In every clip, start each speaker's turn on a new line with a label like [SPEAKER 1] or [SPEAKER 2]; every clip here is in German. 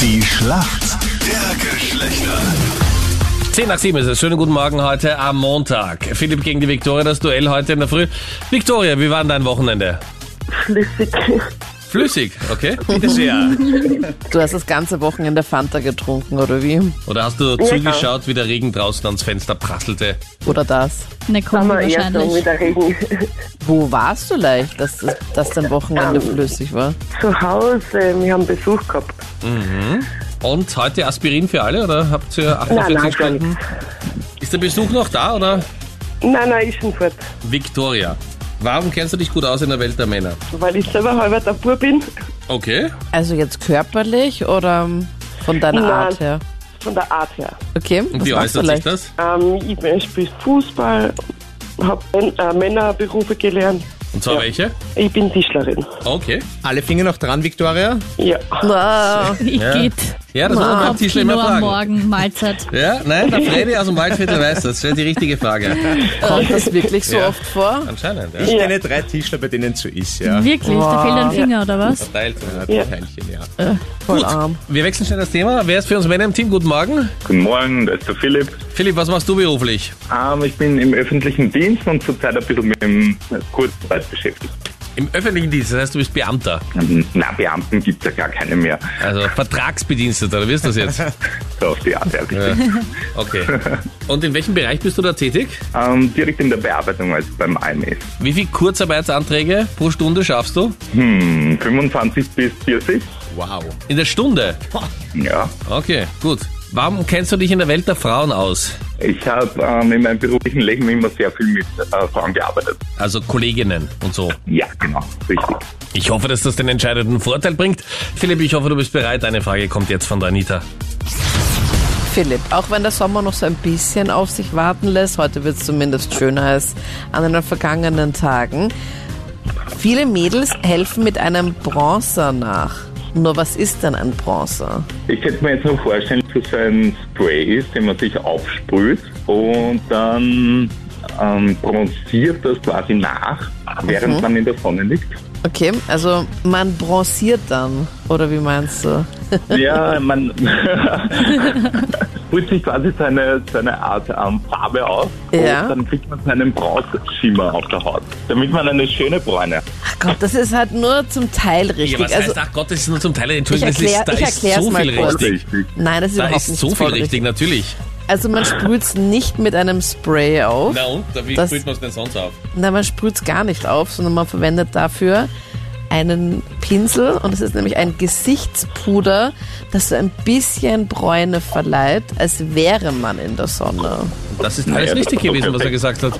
[SPEAKER 1] Die Schlacht der Geschlechter.
[SPEAKER 2] 10 nach 7 ist es. Schönen guten Morgen heute am Montag. Philipp gegen die Viktoria, das Duell heute in der Früh. Viktoria, wie war denn dein Wochenende?
[SPEAKER 3] flüssig.
[SPEAKER 2] Flüssig, okay? Bitte sehr.
[SPEAKER 4] Du hast das ganze Wochenende Fanta getrunken, oder wie?
[SPEAKER 2] Oder hast du zugeschaut, wie der Regen draußen ans Fenster prasselte?
[SPEAKER 4] Oder das?
[SPEAKER 5] Eine Kombi
[SPEAKER 3] Sommer eher so
[SPEAKER 5] wahrscheinlich.
[SPEAKER 3] mit der Regen.
[SPEAKER 4] Wo warst du leicht, dass, das- dass dein Wochenende flüssig war?
[SPEAKER 3] Zu Hause, wir haben Besuch gehabt.
[SPEAKER 2] Und heute Aspirin für alle, oder habt ihr
[SPEAKER 3] Nein,
[SPEAKER 2] 48
[SPEAKER 3] nein, gar
[SPEAKER 2] Stunden?
[SPEAKER 3] nichts.
[SPEAKER 2] Ist der Besuch noch da, oder?
[SPEAKER 3] Nein, nein, ist schon fort.
[SPEAKER 2] Viktoria, warum kennst du dich gut aus in der Welt der Männer?
[SPEAKER 3] Weil ich selber halber der Bub bin,
[SPEAKER 2] Okay.
[SPEAKER 4] Also jetzt körperlich oder von deiner
[SPEAKER 3] Nein.
[SPEAKER 4] Art her?
[SPEAKER 3] von der Art her.
[SPEAKER 4] Okay,
[SPEAKER 2] Und
[SPEAKER 4] was
[SPEAKER 2] wie
[SPEAKER 4] machst du
[SPEAKER 2] äußert sich
[SPEAKER 4] leicht?
[SPEAKER 2] das?
[SPEAKER 3] Ähm, ich bin- spiele Fußball, habe äh, Männerberufe gelernt.
[SPEAKER 2] Und zwar welche?
[SPEAKER 3] Ich bin Tischlerin.
[SPEAKER 2] Okay.
[SPEAKER 6] Alle Finger noch dran, Victoria?
[SPEAKER 3] Ja.
[SPEAKER 4] Wow.
[SPEAKER 5] Ich
[SPEAKER 2] Ja. Ah,
[SPEAKER 5] geht.
[SPEAKER 2] Ja, das muss man beim Tischler immer
[SPEAKER 5] Kopfkino am
[SPEAKER 2] fragen.
[SPEAKER 5] Morgen, Mahlzeit.
[SPEAKER 2] Ja, nein, der Freddy aus dem Waldviertel weiß das. Das wäre die richtige Frage.
[SPEAKER 4] Kommt das wirklich so
[SPEAKER 2] Ja.
[SPEAKER 4] oft vor?
[SPEAKER 2] Anscheinend, ja.
[SPEAKER 6] Ich
[SPEAKER 3] Ja.
[SPEAKER 6] kenne drei Tischler, bei denen es so ist, ja.
[SPEAKER 5] Wirklich, da
[SPEAKER 4] Wow.
[SPEAKER 5] fehlt ein Finger, oder was?
[SPEAKER 2] Verteilt.
[SPEAKER 6] Ja. Teilchen, ja.
[SPEAKER 4] Voll arm.
[SPEAKER 2] Wir wechseln schnell das Thema. Wer ist für uns Männer im Team? Guten Morgen.
[SPEAKER 7] Guten Morgen, da ist der Philipp.
[SPEAKER 2] Philipp, was machst du beruflich?
[SPEAKER 7] Ähm, ich bin im öffentlichen Dienst und zurzeit ein bisschen mit dem Kurzarbeit beschäftigt.
[SPEAKER 2] Im öffentlichen Dienst, das heißt, du bist Beamter.
[SPEAKER 7] Ähm, Na, Beamten gibt's ja gar keine mehr.
[SPEAKER 2] Also Vertragsbediensteter, du wirst das jetzt.
[SPEAKER 7] So auf die Art, ehrlich.
[SPEAKER 2] Okay. Und in welchem Bereich bist du da tätig?
[SPEAKER 7] Ähm, direkt in der Bearbeitung, also beim AMS.
[SPEAKER 2] Wie viele Kurzarbeitsanträge pro Stunde schaffst du?
[SPEAKER 7] Hm, 25 bis 40.
[SPEAKER 6] Wow.
[SPEAKER 2] In der Stunde?
[SPEAKER 7] Ja.
[SPEAKER 2] Okay, gut. Warum kennst du dich in der Welt der Frauen aus?
[SPEAKER 7] Ich habe ähm, in meinem beruflichen Leben immer sehr viel mit äh, Frauen gearbeitet.
[SPEAKER 2] Also Kolleginnen und so.
[SPEAKER 7] Ja, genau. Richtig.
[SPEAKER 2] Ich hoffe, dass das den entscheidenden Vorteil bringt. Philipp, ich hoffe, du bist bereit. Eine Frage kommt jetzt von der Anita.
[SPEAKER 4] Philipp, auch wenn der Sommer noch so ein bisschen auf sich warten lässt, heute wird es zumindest schöner als an den vergangenen Tagen. Viele Mädels helfen mit einem Bronzer nach. Nur was ist denn ein Bronzer?
[SPEAKER 7] Ich könnte mir jetzt nur vorstellen, dass es ein Spray ist, den man sich aufsprüht und dann ähm, bronziert das quasi nach, während
[SPEAKER 4] Mhm.
[SPEAKER 7] man in der Sonne liegt.
[SPEAKER 4] Okay, also man bronziert dann, oder wie meinst du?
[SPEAKER 7] Ja, man sprüht sich quasi seine, seine Art ähm, Farbe auf
[SPEAKER 4] Ja.
[SPEAKER 7] und dann kriegt man seinen Bronzschimmer auf der Haut, damit man eine schöne Bräune.
[SPEAKER 4] Ach Gott, das ist halt nur zum Teil richtig.
[SPEAKER 2] Ja, was
[SPEAKER 4] also,
[SPEAKER 2] heißt, ach Gott, das ist nur zum Teil, Entschuldigung,
[SPEAKER 4] Ich erklär-
[SPEAKER 2] das ist, da
[SPEAKER 4] ich
[SPEAKER 2] ist
[SPEAKER 4] erklär's
[SPEAKER 2] so
[SPEAKER 4] mal
[SPEAKER 2] viel
[SPEAKER 4] kurz.
[SPEAKER 2] richtig.
[SPEAKER 4] nein, das ist
[SPEAKER 2] Da
[SPEAKER 4] überhaupt
[SPEAKER 2] ist
[SPEAKER 4] nicht
[SPEAKER 2] so viel
[SPEAKER 4] voll
[SPEAKER 2] richtig, natürlich.
[SPEAKER 4] Also man sprüht es nicht mit einem Spray auf.
[SPEAKER 2] Na und? Da- Wie
[SPEAKER 4] Das-
[SPEAKER 2] sprüht man es denn sonst auf?
[SPEAKER 4] Nein, man sprüht es gar nicht auf, sondern man verwendet dafür einen Pinsel und es ist nämlich ein Gesichtspuder, das so ein bisschen Bräune verleiht, als wäre man in der Sonne.
[SPEAKER 2] Das ist alles
[SPEAKER 7] Naja,
[SPEAKER 2] richtig
[SPEAKER 7] das ist
[SPEAKER 2] gewesen, was er
[SPEAKER 7] perfekt.
[SPEAKER 2] gesagt hat.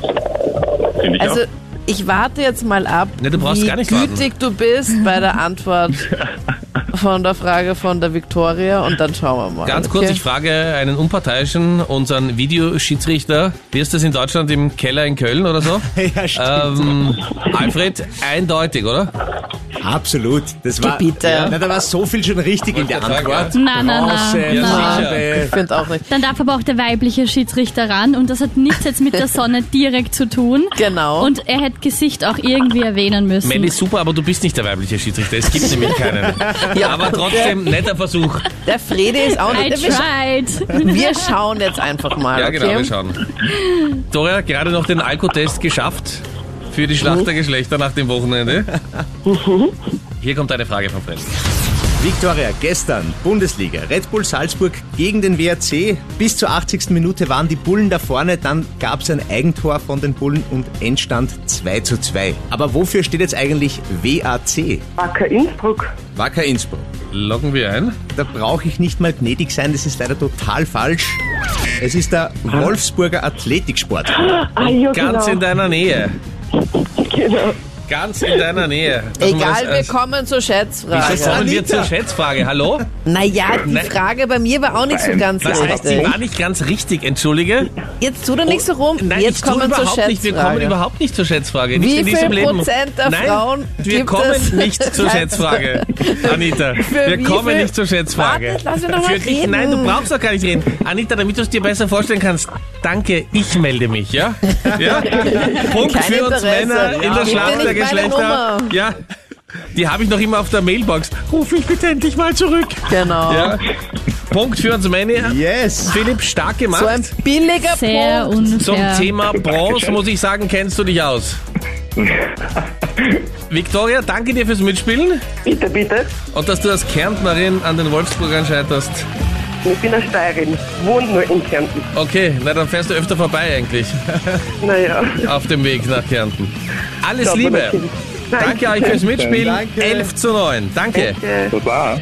[SPEAKER 7] Finde ich
[SPEAKER 4] Also ich warte jetzt mal ab,
[SPEAKER 2] Ne, du brauchst
[SPEAKER 4] wie
[SPEAKER 2] gar nicht
[SPEAKER 4] gütig du bist bei der Antwort von der Frage von der Viktoria und dann schauen wir mal.
[SPEAKER 2] Ganz kurz,
[SPEAKER 4] okay?
[SPEAKER 2] ich frage einen unparteiischen, unseren Videoschiedsrichter. Wie ist das in Deutschland im Keller in Köln oder so?
[SPEAKER 6] Ja, stimmt.
[SPEAKER 2] ähm, Alfred, eindeutig, oder?
[SPEAKER 6] Absolut. Das war,
[SPEAKER 4] Gebiete.
[SPEAKER 6] Ja. Na, da war so viel schon richtig in der
[SPEAKER 2] Wollte ich
[SPEAKER 6] Antwort.
[SPEAKER 2] sagen,
[SPEAKER 5] Na, na, na,
[SPEAKER 6] Bronze,
[SPEAKER 2] Ja,
[SPEAKER 5] na.
[SPEAKER 2] sicher.
[SPEAKER 4] Ich
[SPEAKER 6] Farbe.
[SPEAKER 4] finde auch nicht.
[SPEAKER 5] Dann darf aber auch der weibliche Schiedsrichter ran und das hat nichts jetzt mit der Sonne direkt zu tun.
[SPEAKER 4] Genau.
[SPEAKER 5] Und er hätte Gesicht auch irgendwie erwähnen müssen.
[SPEAKER 2] Mel ist super, aber du bist nicht der weibliche Schiedsrichter. Es gibt nämlich keinen.
[SPEAKER 4] Ja.
[SPEAKER 2] Aber trotzdem, netter Versuch.
[SPEAKER 4] Der Frede ist auch
[SPEAKER 5] I
[SPEAKER 4] nicht. Wir, scha-
[SPEAKER 5] tried.
[SPEAKER 4] wir schauen jetzt einfach mal.
[SPEAKER 2] Ja,
[SPEAKER 4] okay?
[SPEAKER 2] genau, wir schauen. Doria, gerade noch den Alkotest geschafft für die Schlacht der Geschlechter nach dem Wochenende. Mhm. Hier kommt eine Frage von Fred.
[SPEAKER 6] Victoria, gestern Bundesliga, Red Bull Salzburg gegen den WRC. Bis zur 80. Minute waren die Bullen da vorne, dann gab es ein Eigentor von den Bullen und Endstand 2 zu 2. Aber wofür steht jetzt eigentlich WAC?
[SPEAKER 3] Wacker Innsbruck.
[SPEAKER 6] Wacker Innsbruck.
[SPEAKER 2] Loggen wir ein.
[SPEAKER 6] Da brauche ich nicht mal gnädig sein, das ist leider total falsch. Es ist der Wolfsburger Athletiksport.
[SPEAKER 3] Ah, ja,
[SPEAKER 2] Ganz in
[SPEAKER 3] genau.
[SPEAKER 2] deiner Nähe.
[SPEAKER 3] genau.
[SPEAKER 2] Ganz in deiner Nähe. Dass man
[SPEAKER 4] Egal,
[SPEAKER 2] das als-
[SPEAKER 4] wir kommen zur
[SPEAKER 2] Wieso
[SPEAKER 4] Schätzfrage.
[SPEAKER 2] kommen wir
[SPEAKER 6] Anita.
[SPEAKER 2] zur Schätzfrage? Hallo?
[SPEAKER 4] Naja, die
[SPEAKER 2] Nein.
[SPEAKER 4] Frage bei mir war auch nicht so
[SPEAKER 7] Nein.
[SPEAKER 4] ganz
[SPEAKER 2] Das heißt, sie
[SPEAKER 4] richtig.
[SPEAKER 2] war nicht ganz richtig, entschuldige.
[SPEAKER 4] Jetzt tu doch nicht so rum.
[SPEAKER 2] Nein, ich
[SPEAKER 4] Jetzt
[SPEAKER 2] tue
[SPEAKER 4] kommen wir zur
[SPEAKER 2] überhaupt nicht. Wir kommen
[SPEAKER 4] Schätzfrage.
[SPEAKER 2] überhaupt nicht zur Schätzfrage. Nicht
[SPEAKER 4] Wie
[SPEAKER 2] in
[SPEAKER 4] viel
[SPEAKER 2] diesem Leben.
[SPEAKER 4] Prozent der
[SPEAKER 2] Nein,
[SPEAKER 4] Frauen
[SPEAKER 2] wir
[SPEAKER 4] gibt
[SPEAKER 2] kommen
[SPEAKER 4] es?
[SPEAKER 2] nicht zur Schätzfrage, Anita.
[SPEAKER 4] Für
[SPEAKER 2] wir
[SPEAKER 4] wie
[SPEAKER 2] kommen
[SPEAKER 4] viel-
[SPEAKER 2] nicht zur Schätzfrage.
[SPEAKER 4] Warte, lass mich doch mal
[SPEAKER 2] Für dich,
[SPEAKER 4] reden.
[SPEAKER 2] nein, du brauchst doch gar nicht reden. Anita, damit du es dir besser vorstellen kannst, danke, ich melde mich, ja? ja? Punkt
[SPEAKER 4] Kein
[SPEAKER 2] für uns
[SPEAKER 4] Interesse.
[SPEAKER 2] Männer in der
[SPEAKER 4] Ja. Gib mir
[SPEAKER 2] Schlacht der
[SPEAKER 4] nicht meine
[SPEAKER 2] Geschlechter.
[SPEAKER 4] Nummer.
[SPEAKER 2] Ja. die habe ich noch immer auf der Mailbox. Ruf mich bitte endlich mal zurück.
[SPEAKER 4] Genau.
[SPEAKER 2] Ja. Punkt für uns, Männer.
[SPEAKER 6] Yes!
[SPEAKER 2] Philipp, stark gemacht.
[SPEAKER 4] So ein billiger
[SPEAKER 5] Sehr
[SPEAKER 4] Punkt.
[SPEAKER 2] Zum
[SPEAKER 5] unfair.
[SPEAKER 2] Thema Bronze muss ich sagen, kennst du dich aus. Victoria, danke dir fürs Mitspielen
[SPEAKER 3] Bitte, bitte.
[SPEAKER 2] und dass du als Kärntnerin an den Wolfsburgern scheiterst.
[SPEAKER 3] Ich bin eine Steirin, wohne nur in Kärnten.
[SPEAKER 2] Okay, na dann fährst du öfter vorbei eigentlich
[SPEAKER 3] Naja.
[SPEAKER 2] auf dem Weg nach Kärnten. Alles
[SPEAKER 3] Schaut man
[SPEAKER 2] Liebe.
[SPEAKER 3] natürlich.
[SPEAKER 2] Danke euch fürs Mitspielen.
[SPEAKER 6] Danke.
[SPEAKER 2] 11 zu 9. Danke.
[SPEAKER 7] Das war.